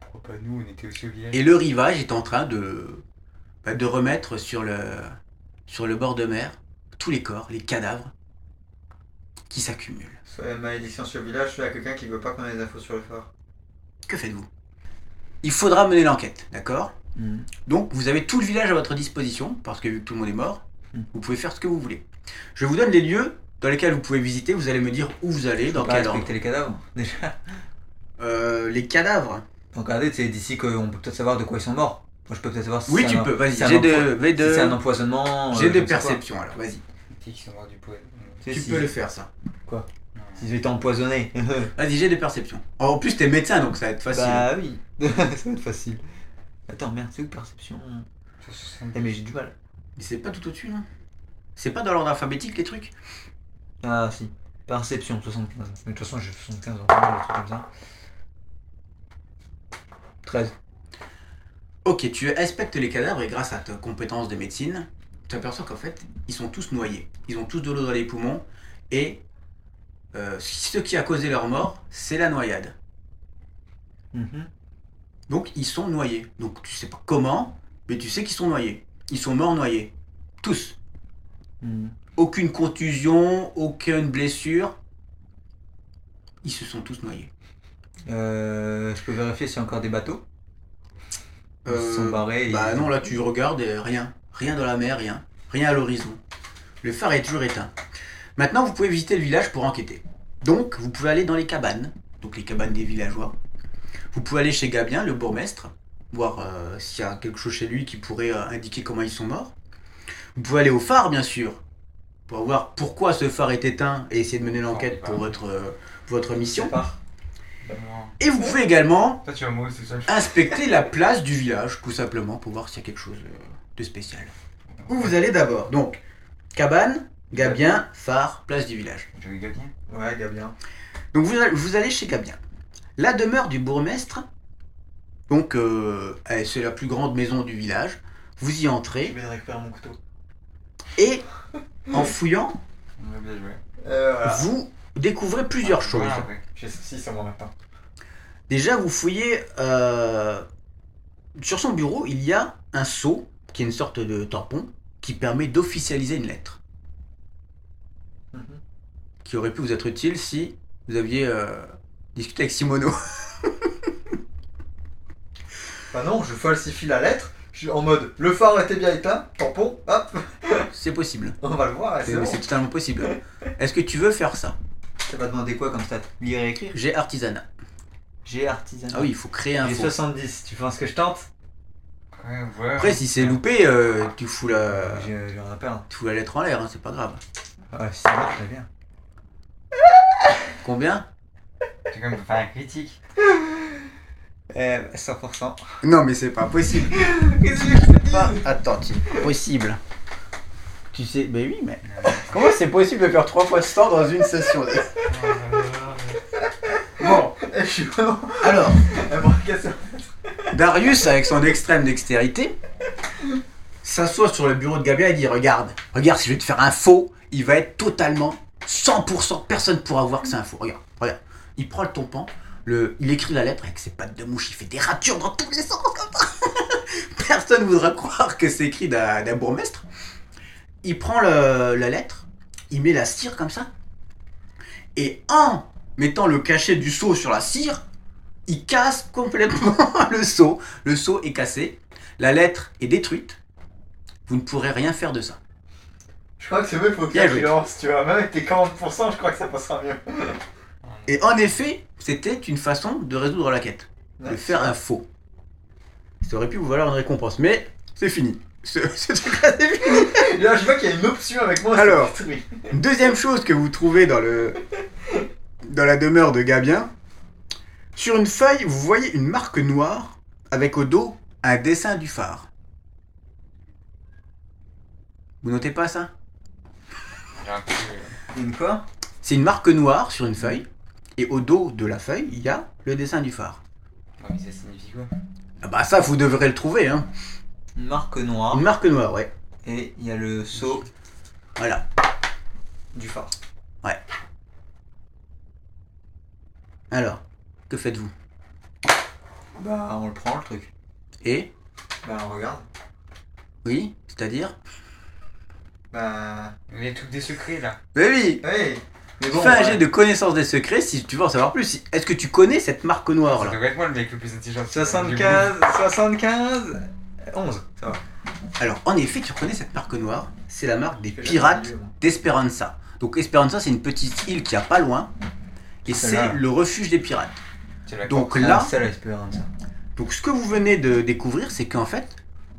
Pourquoi pas nous, on était aussi au village Et le rivage est en train de, bah, de remettre sur le, sur le bord de mer tous les corps, les cadavres qui s'accumulent. taf. Soit malédiction sur le village, soit il y a quelqu'un qui veut pas qu'on ait des infos sur le phare. Que faites-vous Il faudra mener l'enquête, d'accord Mhm. Donc vous avez tout le village à votre disposition, parce que vu que tout le monde est mort, Mm. vous pouvez faire ce que vous voulez. Je vous donne les lieux dans lesquels vous pouvez visiter, vous allez me dire où vous allez, dans Faut pas quel ordre. respecter les cadavres, déjà. Euh, les cadavres. Faut regarder, c'est d'ici qu'on peut peut-être savoir de quoi ils sont morts. Moi, je peux peut-être savoir si oui, c'est tu un- peux, vas-y. si c'est un J'ai de, empo- vais si c'est un de, empoisonnement. j'ai euh, je de sais pas. perception, alors vas-y. Qui sont morts du poêle. Tu sais, Tu si- peux le faire, ça. Si j'étais empoisonné. Vas-y, j'ai de perception. En plus, t'es médecin, donc ça va être facile. Bah oui, ça va être facile. Attends, merde, c'est où perception Eh, mais j'ai du mal. Mais c'est pas tout au-dessus, non C'est pas dans l'ordre alphabétique, les trucs Ah si, perception, 75. Mais de toute façon, j'ai 75 en commun, des trucs comme ça. 13. Ok, tu inspectes les cadavres et grâce à ta compétence de médecine, tu aperçois qu'en fait, ils sont tous noyés. Ils ont tous de l'eau dans les poumons et euh, ce qui a causé leur mort, c'est la noyade. Mhm. Donc ils sont noyés. Donc tu sais pas comment, mais tu sais qu'ils sont noyés. Ils sont morts noyés. Tous. Mhm. Aucune contusion, aucune blessure. Ils se sont tous noyés. Euh, je peux vérifier s'il y a encore des bateaux. Ils se sont Euh, barrés. et- Bah non, là tu regardes et rien. Rien dans la mer, rien. Rien à l'horizon. Le phare est toujours éteint. Maintenant, vous pouvez visiter le village pour enquêter. Donc, vous pouvez aller dans les cabanes, donc les cabanes des villageois. Vous pouvez aller chez Gabien, le bourgmestre, voir euh, s'il y a quelque chose chez lui qui pourrait euh, indiquer comment ils sont morts. Vous pouvez aller au phare, bien sûr, pour voir pourquoi ce phare est éteint et essayer de mener l'enquête pour votre, euh, votre mission. Part. Et vous pouvez également Toi, tu vas mourir, c'est ça. inspecter la place du village, tout simplement, pour voir s'il y a quelque chose euh, de spécial. Où vous allez d'abord Donc, cabane, Gabien, phare, place du village. Je rigole bien. Ouais, Gabien. Donc vous allez, vous allez chez Gabien. La demeure du bourgmestre, donc euh, eh, c'est la plus grande maison du village, vous y Je entrez, vais récupérer mon couteau. et en fouillant, Ouais, Bien joué. Euh, voilà. vous découvrez plusieurs choses. Ah, Voilà, ouais. J'ai 6 à moi maintenant. Déjà, vous fouillez. euh, Sur son bureau, il y a un sceau, qui est une sorte de tampon, qui permet d'officialiser une lettre, Mhm. qui aurait pu vous être utile si vous aviez euh, discuté avec Simono. Bah non, je falsifie la lettre. Je suis en mode, le phare était bien éteint, tampon, hop, c'est possible. on va le voir, et C'est c'est bon. c'est totalement possible. Est-ce que tu veux faire ça Ça va demander quoi comme stat Lire et écrire J'ai artisanat. J'ai artisanat. Ah oui, il faut créer un J'ai faux. 70, tu penses que je tente Ouais, ouais. Après, si c'est loupé, euh, tu, fous la, Je- J'en ai peur. tu fous la lettre en l'air, hein, c'est pas grave. Ah, si ça marche, très bien. Combien Tu peux me faire un critique. Euh, 100%. Non, mais c'est pas possible. Qu'est-ce que je te pas attentif. Possible. Tu sais, ben oui, mais comment c'est possible de faire trois fois ce temps dans une session Bon, Eh, Je suis vraiment Eh, alors, un bracasseur. Darius, avec son extrême dextérité, s'assoit sur le bureau de Gabia et dit Regarde, regarde, si je vais te faire un faux, il va être totalement 100%, personne pourra voir que c'est un faux. Regarde, regarde. Il prend le tompan, le, il écrit la lettre avec ses pattes de mouche, il fait des ratures dans tous les sens comme ça. Personne voudra croire que c'est écrit d'un d'un bourgmestre. Il prend le- la lettre, il met la cire comme ça, et en mettant le cachet du seau sur la cire, il casse complètement le seau. Le seau est cassé, la lettre est détruite. Vous ne pourrez rien faire de ça. Je crois que ce mec, faut que Bien tu joué. lance, tu vois. Même avec tes 40%, je crois que ça passera mieux. Et en effet, c'était une façon de résoudre la quête, de faire un faux. Ça aurait pu vous valoir une récompense, mais c'est fini. Ce, ce truc-là, c'est fini. Là, je vois qu'il y a une option avec moi. c'est Alors. détruit. Deuxième chose que vous trouvez dans le dans la demeure de Gabien, sur une feuille, vous voyez une marque noire avec au dos un dessin du phare. Vous notez pas ça J'ai un peu. euh, Une quoi C'est une marque noire sur une feuille et au dos de la feuille, il y a le dessin du phare. Ouais, mais ça signifie quoi Ah bah ça, vous devrez le trouver. Hein. Une marque noire. Une marque noire, ouais. Et il y a le seau Voilà. du phare. Alors, que faites-vous Bah, on le prend le truc. Et Bah, on regarde. Oui, c'est-à-dire Bah. Les trucs des secrets là. Mais oui Hey Mais bon. Fais un ouais. jet de connaissance des secrets si tu veux en savoir plus. Si- Est-ce que tu connais cette marque noire Ça là devrait être moi le mec le plus intelligent. 75, 75, 11, ça va. Alors, en effet, tu reconnais cette marque noire. C'est la marque des Je fais jamais pirates mieux, moi. d'Esperanza. Donc, Esperanza, c'est une petite île qui a pas loin. Et C'est c'est là. le refuge des pirates. Tu l'as Donc Ah, là, C'est la espérance. ça. Donc ce que vous venez de découvrir, c'est qu'en fait,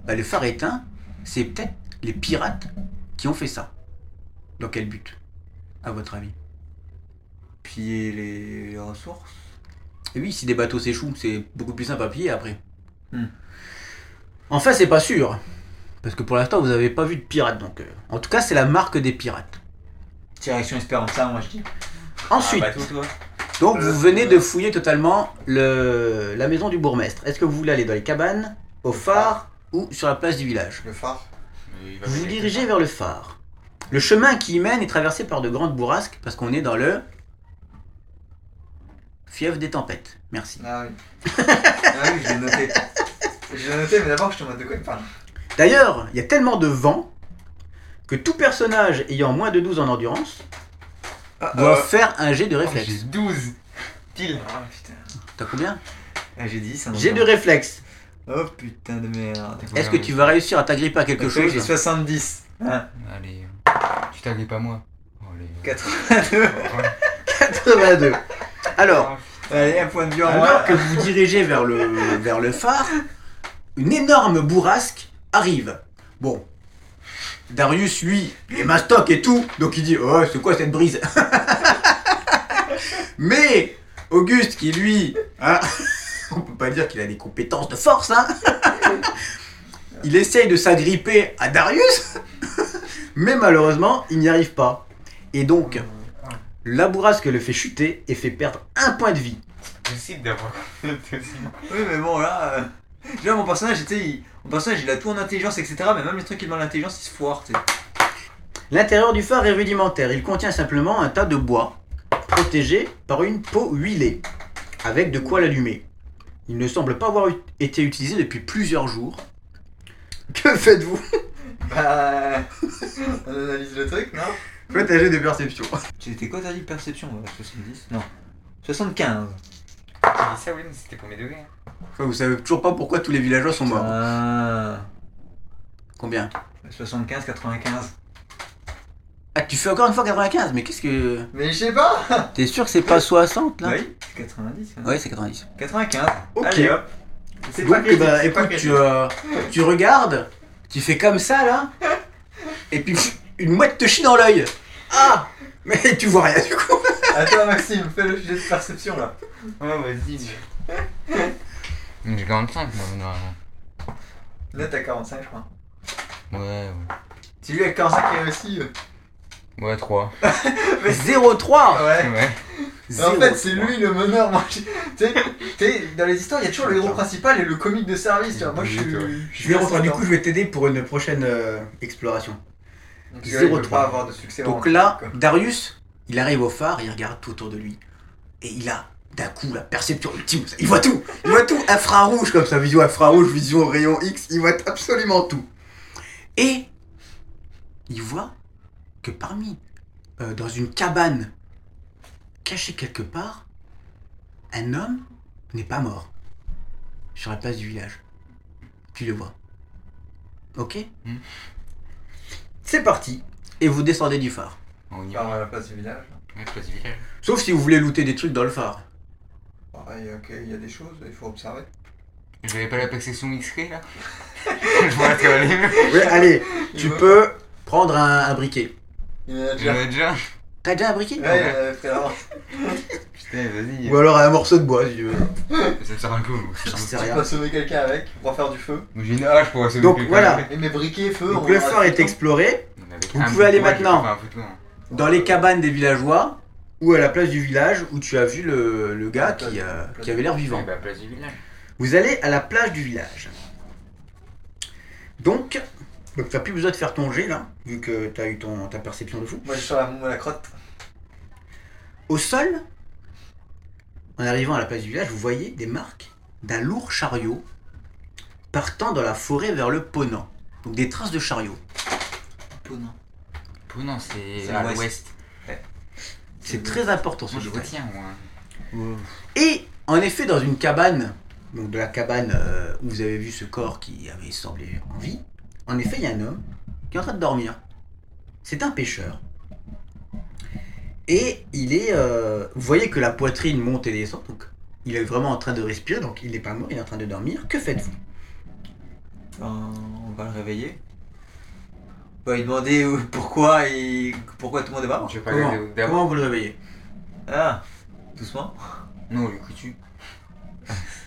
bah, le phare éteint, c'est peut-être les pirates qui ont fait ça. Dans quel but À votre avis Piller les, les ressources. Et oui, si des bateaux s'échouent, c'est beaucoup plus simple à piller après. Hmm. Enfin, c'est pas sûr. Parce que pour l'instant, vous n'avez pas vu de pirates. Donc, euh, en tout cas, c'est la marque des pirates. Direction espérance, ça, moi je dis. Ensuite, Un bateau Ah, bah, toi donc vous venez de fouiller totalement le, la maison du bourgmestre. Est-ce que vous voulez aller dans les cabanes, au phare ou sur la place du village Le phare. Mais il va Vous vous falloir- dirigez vers le phare. Le chemin qui y mène est traversé par de grandes bourrasques parce qu'on est dans le fief des tempêtes. Merci. Ah oui. Ah oui, je l'ai noté. J'ai noté, mais d'abord, je te montre de quoi il parle. D'ailleurs, il y a tellement de vent que tout personnage ayant moins de 12 en endurance Ah, doit euh, faire un jet de Oh, J'ai réflexe. 12 Pile ah, putain. T'as combien Ah, j'ai dit ça. Jet de réflexe. Oh putain de merde. T'as Est-ce que combien, tu vas réussir à t'agripper à quelque Parce que J'ai chose 70. Hein, Allez, tu t'agrées pas moi. Allez. 82. 82. Ah, Alors, Allez, un point de vue en alors moins. que vous vous dirigez vers le, vers le phare, une énorme bourrasque arrive. Bon, Darius, lui, il est mastoc et tout, donc il dit Oh, c'est quoi cette brise Mais Auguste, qui lui, hein, on peut pas dire qu'il a des compétences de force, hein, il essaye de s'agripper à Darius, mais malheureusement, il n'y arrive pas. Et donc, la bourrasque le fait chuter et fait perdre un point de vie. C'est possible d'avoir. C'est possible. Oui, mais bon, là. euh, Déjà, mon personnage était. il- Mon personnage, il a tout en intelligence, etc. Mais même les trucs qui demandent l'intelligence, il se foire, tu sais. L'intérieur du phare est rudimentaire. Il contient simplement un tas de bois, protégé par une peau huilée, avec de quoi l'allumer. Il ne semble pas avoir ut- été utilisé depuis plusieurs jours. Que faites-vous Bah. On analyse le truc, non Faites un jet de perception. C'était quoi ta dit perception euh, 70 Non. 75. J'ai dit ça, oui, mais c'était combien de degrés hein Enfin, vous savez toujours pas pourquoi tous les villageois Oh, sont morts. bah. Ah. Combien Euh, 75, 95. Ah, tu fais encore une fois 95, mais qu'est-ce que. Mais je sais pas T'es sûr que c'est pas 60 là Oui, c'est 90. hein. Ouais, c'est 90. 95. Ok. Allez, hop. C'est pas Donc, crédible, bah, c'est pas écoute, tu, crédible. euh, tu regardes, tu fais comme ça là, et puis pff, une mouette te chie dans l'œil. Ah Mais tu vois rien du coup. Attends, Maxime, fais le sujet de perception là. Ouais, vas-y. mais- J'ai 45, moi, normalement. Net à 45, je crois. Ouais, C'est lui avec 45 qui a réussi. euh. ouais. Ouais, 3. 0,3 Ouais. Ouais. En fait, c'est 0,3. lui le meneur. Moi, je- tu sais, tu sais, dans les histoires, il y a toujours le héros principal et le comique de service. Tu vois. Moi, je suis. Je vais reprendre, du coup, je vais t'aider pour une prochaine euh, exploration. Zéro 0,3. pas avoir de succès. Donc en- là, quoi. Darius, il arrive au phare, il regarde tout autour de lui. Et il a d'un coup la perception ultime. Il voit tout Il voit tout Infrarouge comme ça, vision infrarouge, vision rayon X, il voit absolument tout. Et il voit que parmi, euh, dans une cabane cachée quelque part, un homme n'est pas mort. Sur la place du village. Tu le vois. Ok Mhm. C'est parti. Et vous descendez du phare. On y va. Par euh, la place du village. Ouais, je passe vite. Sauf si vous voulez looter des trucs dans le phare. Pareil, ok, il y a des choses, il faut observer. J'avais pas la PlayStation XK là Je vois que les meufs. Oui, allez, Il tu veut- peux prendre un, un briquet. Il y en a déjà. J'en ai déjà. T'as déjà un briquet Ouais, il en avait fait l'avant. Putain, vas-y. Ou alors un morceau de bois, si tu veux. Ça me sert un coup. moi. J'en sais Tu rien. peux sauver quelqu'un avec, tu pourras faire du feu. Moi, J'ai une hache pour sauver Donc, quelqu'un voilà. avec. Et mes briquets, feu. Donc on le aura phare tout est le temps. exploré Mais avec Vous un pouvez bout de aller bois, je peux maintenant. faire un peu de tout, hein. dans les cabanes des villageois ou à la place du village où tu as vu le, le gars Place- qui, euh, place- qui avait l'air vivant. Ouais, bah, place du village. Vous allez à la plage du village. Donc, donc t'as plus besoin de faire ton jet là, vu que t'as eu ton, ta perception de fou. Moi, je suis sur la, la crotte. Au sol, en arrivant à la place du village, vous voyez des marques d'un lourd chariot partant dans la forêt vers le Ponant. Donc des traces de chariot. Oh Ponant. Pou, non, c'est C'est à l'ouest. l'ouest. C'est très important ce Mmh. Moi, je détail. retiens, moi. hein. Et en effet, dans une cabane, donc de la cabane euh, où vous avez vu ce corps qui avait semblé en vie, en effet, il y a un homme qui est en train de dormir. C'est un pêcheur. Et il est. euh, vous voyez que la poitrine monte et descend, donc il est vraiment en train de respirer, donc il n'est pas mort, il est en train de dormir. Que faites-vous Euh, on va le réveiller. On va lui demander où- pourquoi, et pourquoi tout le monde est pas mort. Je vais pas comment, regarder d'abord. comment vous le réveillez Ah, doucement. Non, le coup dessus.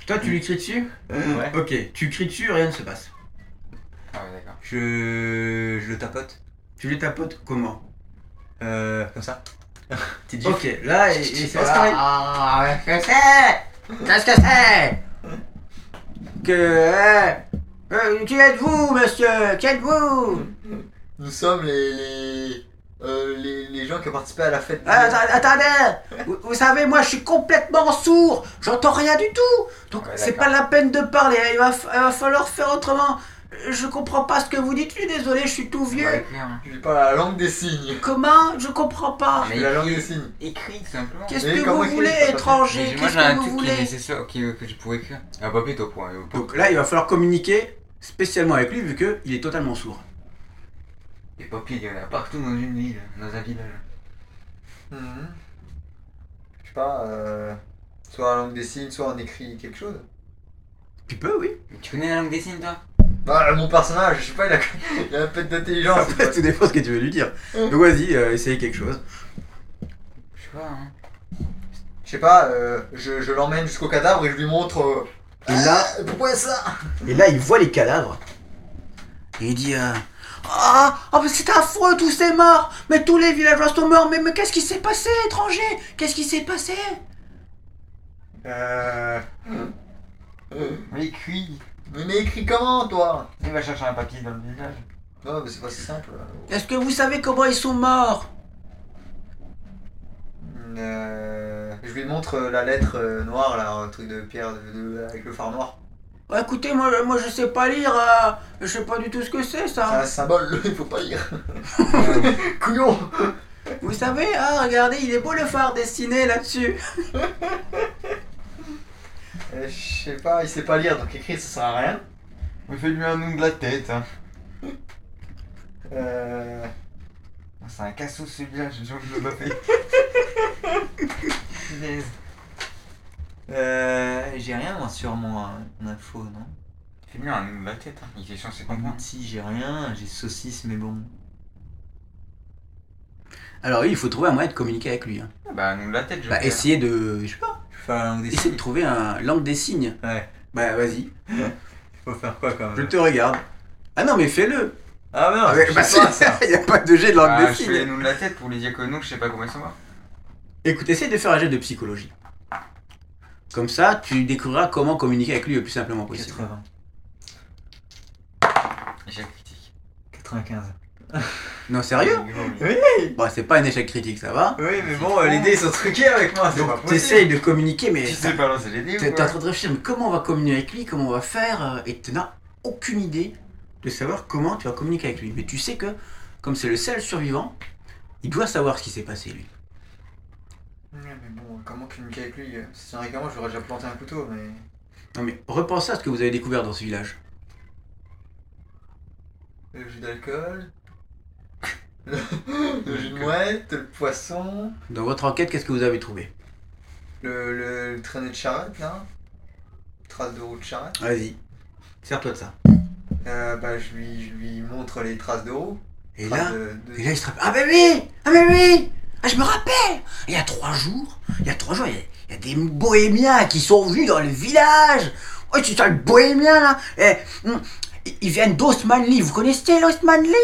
Toi, tu lui cries dessus Ouais. Ok, tu cries dessus, rien ne se passe. Ah, ouais, d'accord. Je, je le tapote. Tu lui tapotes comment Euh, comme ça. Petite Oh. gifle. Ok, là, et, et c'est Oscar, il- Ah, qu'est-ce que c'est Eh, Qu'est-ce que c'est Que... euh, euh, qui êtes-vous, monsieur Qui êtes-vous Nous sommes les. les... euh, les, les gens qui ont participé à la fête. Ah, atta- Attendez vous, vous savez, moi, je suis complètement sourd J'entends rien du tout Donc, Ouais, c'est pas d'accord. la peine de parler, il va, f- il va falloir faire autrement Je comprends pas ce que vous dites, je suis désolé, je suis tout Bah, vieux écrire, hein. Je lui parle à la langue des signes. Comment Je comprends pas Mais la langue écrit- des signes. Écrit, tout simplement. Qu'est-ce Mais que comment vous écrire, voulez, c'est pas étranger Mais Moi, Qu'est-ce j'ai un que vous truc qui est voulez nécessaire qui- que je pourrais écrire. Ah, bah, plutôt pour. euh, pour- Donc là, il va falloir communiquer spécialement avec lui, vu qu'il est totalement sourd. Les papiers, il y en a partout dans une ville, dans un village. Mhm. Je sais pas, euh, soit en langue des signes, soit on écrit quelque chose. Tu peux, oui. Mais tu connais la langue des signes, toi Bah, mon personnage, je sais pas, il a, il a un peu Ah, d'intelligence. Après, tout dépend ce que tu veux lui dire. Donc vas-y, euh, essaye quelque chose. Je sais pas, hein. Je sais pas, euh, je, je l'emmène jusqu'au cadavre et je lui montre. euh, Et là, Ah, pourquoi ça et là, il voit les cadavres. Et il dit euh, Ah, ah, mais c'est affreux, tous ces morts Mais tous les villageois sont morts Mais, mais qu'est-ce qui s'est passé, étranger Qu'est-ce qui s'est passé Euh. Mais écrit Mais mais écris comment toi Il va chercher un papier dans le village. Non mais c'est pas si simple. Est-ce que vous savez comment ils sont morts Euh, je lui montre euh, la lettre euh, noire là, un truc de pierre de- de- avec le phare noir. Ah, Écoutez, moi, moi je sais pas lire, euh, je sais pas du tout ce que c'est C'est ça. un symbole, il faut pas lire. Euh, Couillon Vous savez, ah regardez, il est beau le phare dessiné là-dessus. Euh, Je sais pas, il sait pas lire donc écrire ça sert à rien. Mais fais-lui un nom de la tête. hein. Euh, C'est un cassou ce village, je que je le fait. Punaise. Euh, j'ai rien moi sur mon euh, info, non Fais-lui un nom de la tête, hein. il est censé comprendre. Si j'ai rien, j'ai saucisse, mais bon. Alors oui, il faut trouver un moyen de communiquer avec lui. hein. Ah Bah, un nom de la tête, je Bah vais essayez de, je sais pas, Je vais faire la langue des essayez de signes. trouver un langue des signes. Ouais, Bah vas-y, faut faire quoi quand je même te regarde. Ah non mais fais-le. Ah mais non, Ah, mais- je bah, sais pas, c'est- ça. y a pas de jet de langue ah, des je fais les signes. noms de la tête pour les dire que non, je sais pas comment ils sont morts. Écoute, essaye de faire un jet de psychologie. Comme ça, tu découvriras comment communiquer avec lui le plus simplement possible. 80, Échec critique. 95. Non sérieux Oui. Oui, Bah c'est pas un échec critique, ça va. oui, mais bon, euh, les dés ils sont truqués avec moi, c'est pas Ah, Donc possible. t'essayes de communiquer, mais Tu ça- sais pas lancer les T'es dés ou t'es en quoi train de réfléchir, mais comment on va communiquer avec lui, comment on va faire, euh, et tu n'as aucune idée de savoir comment tu vas communiquer avec lui. Mais tu sais que, comme c'est le seul survivant, il doit savoir ce qui s'est passé, lui. Mais bon, euh, comment communiquer avec lui euh, Si c'est un ricain, moi j'aurais déjà planté un couteau, mais. Non mais repensez à ce que vous avez découvert dans ce village. Le jus d'alcool. Le le jus de mouette, le poisson, Dans votre enquête, qu'est-ce que vous avez trouvé le, le, le traînet de charrette là. Traces de roue de charrette. Vas-y, sers-toi de ça. Euh, bah, je, lui, je lui montre les traces de roue. Et traces là, de- de- et là il se rappelle. Ah mais oui Ah mais oui Ah je me rappelle Il y a trois jours, il y a trois jours, il y a, il y a des bohémiens qui sont venus dans le village Oh tu sens le bohémien là Eh, hum, ils- Ils viennent d'Osmanli, vous connaissez l'Osmanli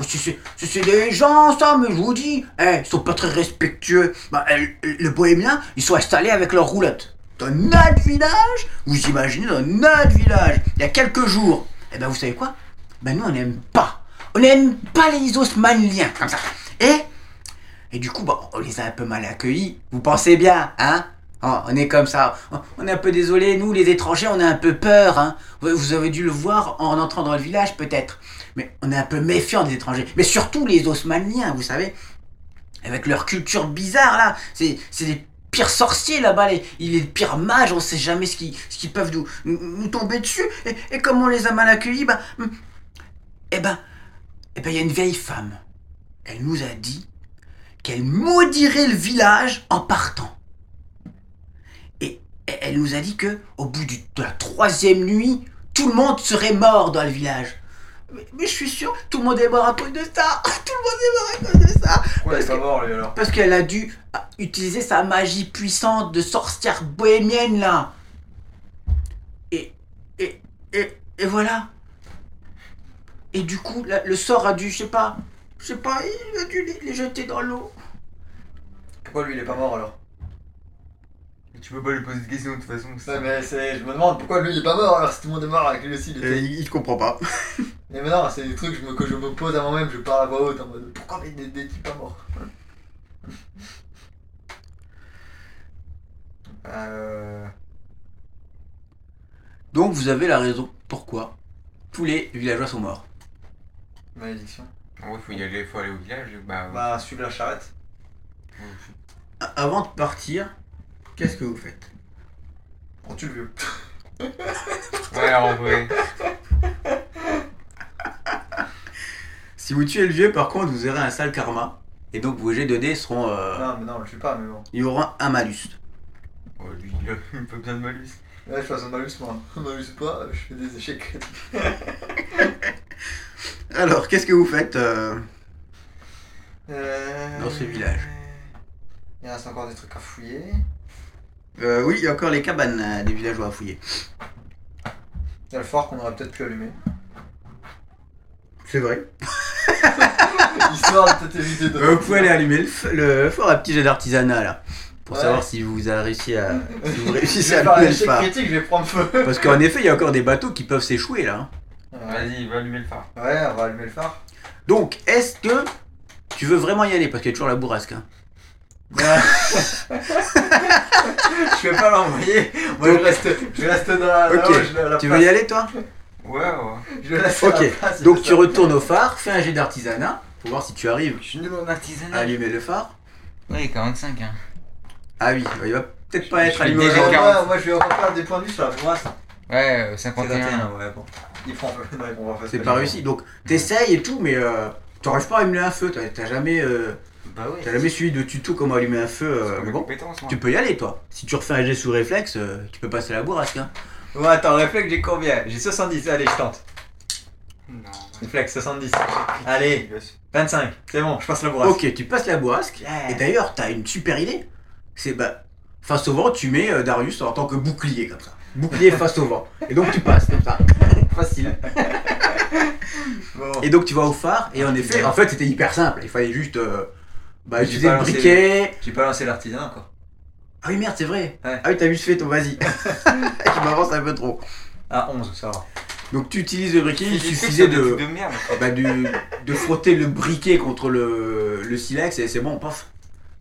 Oh, c'est- c'est c'est- c'est des gens, ça, mais je vous dis, eh, ils sont pas très respectueux. Bah, eh, le bohémien, ils sont installés avec leurs roulottes. Dans notre village, vous imaginez, dans notre village, il y a quelques jours, eh ben vous savez quoi Ben nous, on n'aime pas. On n'aime pas les osmanliens, comme ça. Et, et du coup, bon, on les a un peu mal accueillis. Vous pensez bien, hein Oh, On est comme ça. On- On est un peu désolé, nous, les étrangers, on a un peu peur. Hein vous vous avez dû le voir en entrant dans le village, peut-être. Mais on est un peu méfiant des étrangers. Mais surtout les osmanliens, vous savez. Avec leur culture bizarre, là. C'est c'est les pires sorciers, là-bas. Les, ils- les pires mages, on sait jamais ce qu'ils ce qu'ils peuvent nous, nous- nous tomber dessus. Et, et comme on les a mal accueillis, bah... hum, Eh ben... Eh ben, il y a une vieille femme. Elle nous a dit qu'elle maudirait le village en partant. Et elle nous a dit que, au bout du- de la troisième nuit, tout le monde serait mort dans le village. Mais, mais je suis sûr, tout le monde est mort à cause de ça. Tout le monde est mort à cause de ça. Pourquoi il parce est pas mort lui alors Parce qu'elle a dû ah, utiliser sa magie puissante de sorcière bohémienne là. Et et et, et voilà. Et du coup, la- le sort a dû, je sais pas, je sais pas, il a dû les, les jeter dans l'eau. Pourquoi lui il est pas mort alors Tu peux pas lui poser de questions de toute façon. Non c'est- mais c'est, je me demande pourquoi lui il est pas mort alors si tout le monde est mort avec lui aussi il était. Euh, il, comprend pas. Mais maintenant c'est des trucs je me- que je me pose à moi-même, je parle à voix haute en mode pourquoi mais des, des types pas morts Euh. Donc vous avez la raison. Pourquoi Tous les villageois sont morts. Malédiction. En vrai, faut y aller, faut aller au village. Bah, Bah suivre la charrette. euh, A- Avant de partir, qu'est-ce que vous faites On tue le vieux. ouais, en vrai. Si vous tuez le vieux, par contre, vous aurez un sale karma. Et donc vos jets de dés seront. euh, Non mais non on le tue pas mais bon. Il y aura un malus. Oh, lui, il a- il peut bien de malus. Ouais je passe un malus moi. Un malus ou pas, je fais des échecs. Alors, qu'est-ce que vous faites Euh... Dans ce village. Il reste encore des trucs à fouiller. Euh, Oui, il y a encore les cabanes euh, des villageois à fouiller. Il y a le phare qu'on aurait peut-être pu allumer. C'est vrai. Histoire de peut-être éviter de. Euh, Euh, vous pouvez aller allumer le, f- le fort à petit jet d'artisanat là. pour Ouais. savoir si vous avez réussi à, si vous Je réussissez vais à faire un le échec faire. critique, je vais prendre feu. Parce qu'en effet, il y a encore des bateaux qui peuvent s'échouer là. hein. Ouais, Vas-y, va allumer le phare. on va allumer le phare. Donc, est-ce que tu veux vraiment y aller Parce qu'il y a toujours la bourrasque. hein. Je vais pas l'envoyer. Moi, je reste, je reste dans la. là Ok. où je la Tu veux place. y aller toi Ouais, ouais. Je laisse Ok. la place, Donc, c'est tu ça. retournes au phare, fais un jet d'artisanat pour voir si tu arrives Je suis nul en à artisanat. allumer le phare. Ouais, 45, hein. Ah oui, il va peut-être pas Je être suis allumé Ouais, déjà- aujourd'hui. moi, moi, je vais encore perdre des points de vue sur la brasse. Ouais, euh, C'est 51. 21, ouais, bon. Il prend feu. Ouais, on va faire C'est ça. pas réussi. Donc, t'essayes et tout, mais euh, t'arrives pas à allumer un feu. T'as t'as jamais, euh, Bah ouais. t'as jamais suivi de tuto comment allumer un feu. euh, C'est mais mes bon. compétences, moi. Tu peux y aller, toi. Si tu refais un jet sous réflexe, euh, tu peux passer la bourrasque. Hein. Bon, attends, réflexe, j'ai combien J'ai 70, allez, je tente. Non. Réflexe, 70. Allez, ouais. 25, c'est bon, je passe le bras. Ok, tu passes la bourrasque. Et d'ailleurs, t'as une super idée. C'est bah, face au vent, tu mets euh, Darius en tant que bouclier comme ça. Bouclier face au vent. Et donc tu passes comme ça. Facile. Bon. Et donc tu vas au phare. Et en Ah, effet, en fait, c'était hyper simple. Il fallait juste euh, bah, J'ai utiliser le balancé briquet. J'ai pas lancé l'artisanat, quoi. Ah oui, merde, c'est vrai. Ouais. Ah oui, t'as vu ce fait, ton vas-y. tu m'avances un peu trop. Ah, 11, ça va. Donc tu utilises le briquet. Il J'ai fait suffisait ça, des de. trucs de merde. bah, du- de frotter le briquet contre le, le silex et c'est bon, paf,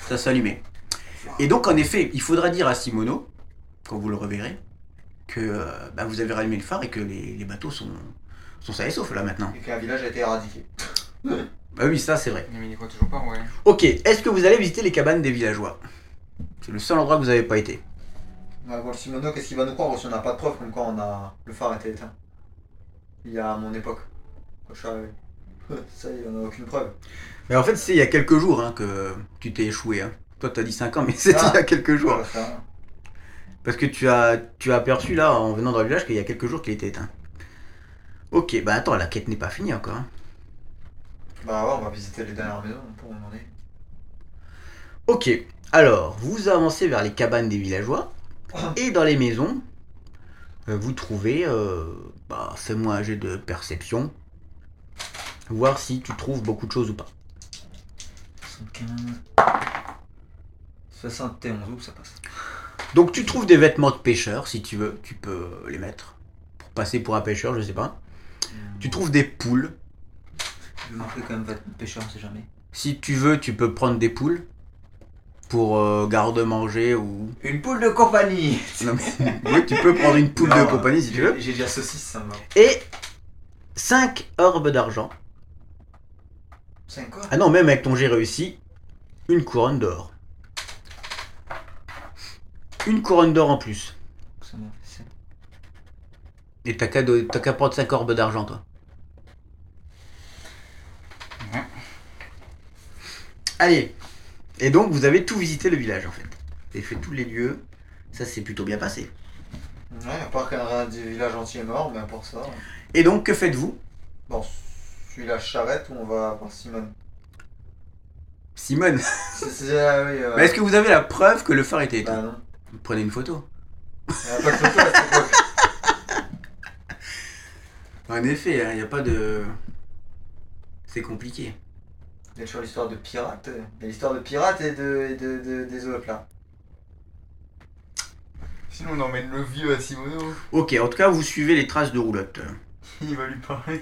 ça s'allumait. Et donc, en effet, il faudra dire à Simono, quand vous le reverrez, que euh, bah, vous avez rallumé le phare et que les, les bateaux sont, sont sains et saufs là maintenant. Et qu'un village a été éradiqué. Bah oui, ça c'est vrai. Mais il est quoi toujours pas, ouais. Ok, est-ce que vous allez visiter les cabanes des villageois C'est le seul endroit que vous n'avez pas été. On va voir le Simono, qu'est-ce qu'il va nous croire si on n'a pas de preuve comme quoi on a... le phare était éteint Il y a mon époque. Quand je suis arrivé. Ça, il en a aucune preuve. Mais en fait, c'est il y a quelques jours hein, que tu t'es échoué. Hein. Toi, t'as dit 5 ans, mais c'est Ah. il y a quelques jours. Voilà, ça, hein. Parce que tu as, tu as aperçu là, en venant dans le village, qu'il y a quelques jours qu'il était éteint. Ok, bah attends, la quête n'est pas finie encore. hein. Bah ouais, on va visiter les dernières maisons pour où on en est. Ok, alors, vous avancez vers les cabanes des villageois, et dans les maisons, euh, vous trouvez. euh, bah, fais-moi un jet de perception. Voir si tu trouves beaucoup de choses ou pas. 75. 71, où ça passe Donc, tu trouves des vêtements de pêcheur, si tu veux, tu peux les mettre. Pour passer pour un pêcheur, je sais pas. Hmm. Tu trouves des poules. Je vais marquer quand même votre pêcheur, on sait jamais. Si tu veux, tu peux prendre des poules pour euh, garde-manger ou. Une poule de compagnie Non, mais- oui, tu peux prendre une poule Non, de compagnie si tu veux. J'ai déjà saucisse, ça me va. Et 5 orbes d'argent. 5 quoi Ah non, même avec ton jet réussi, une couronne d'or. Une couronne d'or en plus. Ça m'a fait ça. Et t'as qu'à do- t'as qu'à prendre 5 orbes d'argent, toi. Ouais. Allez. Et donc, vous avez tout visité le village en fait. Vous avez fait tous les lieux. Ça s'est plutôt bien passé. Ouais, à part qu'un rat du village entier est mort, mais à part ça. euh, Et donc, que faites-vous Bon, je suis la charrette où on va voir Simone. Simone, C'est. c'est- ah oui, euh, Bah, est-ce que vous avez la preuve que le phare était éteint Bah non. Prenez une photo. Il n'y a pas de photo à cette époque. En effet, il n'y a pas de. C'est compliqué. Il y a toujours l'histoire de pirates. euh, Il y a l'histoire de pirates et, de, et de, de- des autres là. Sinon, on emmène le vieux à Simono. Ok, en tout cas, vous suivez les traces de roulotte. Il va lui parler.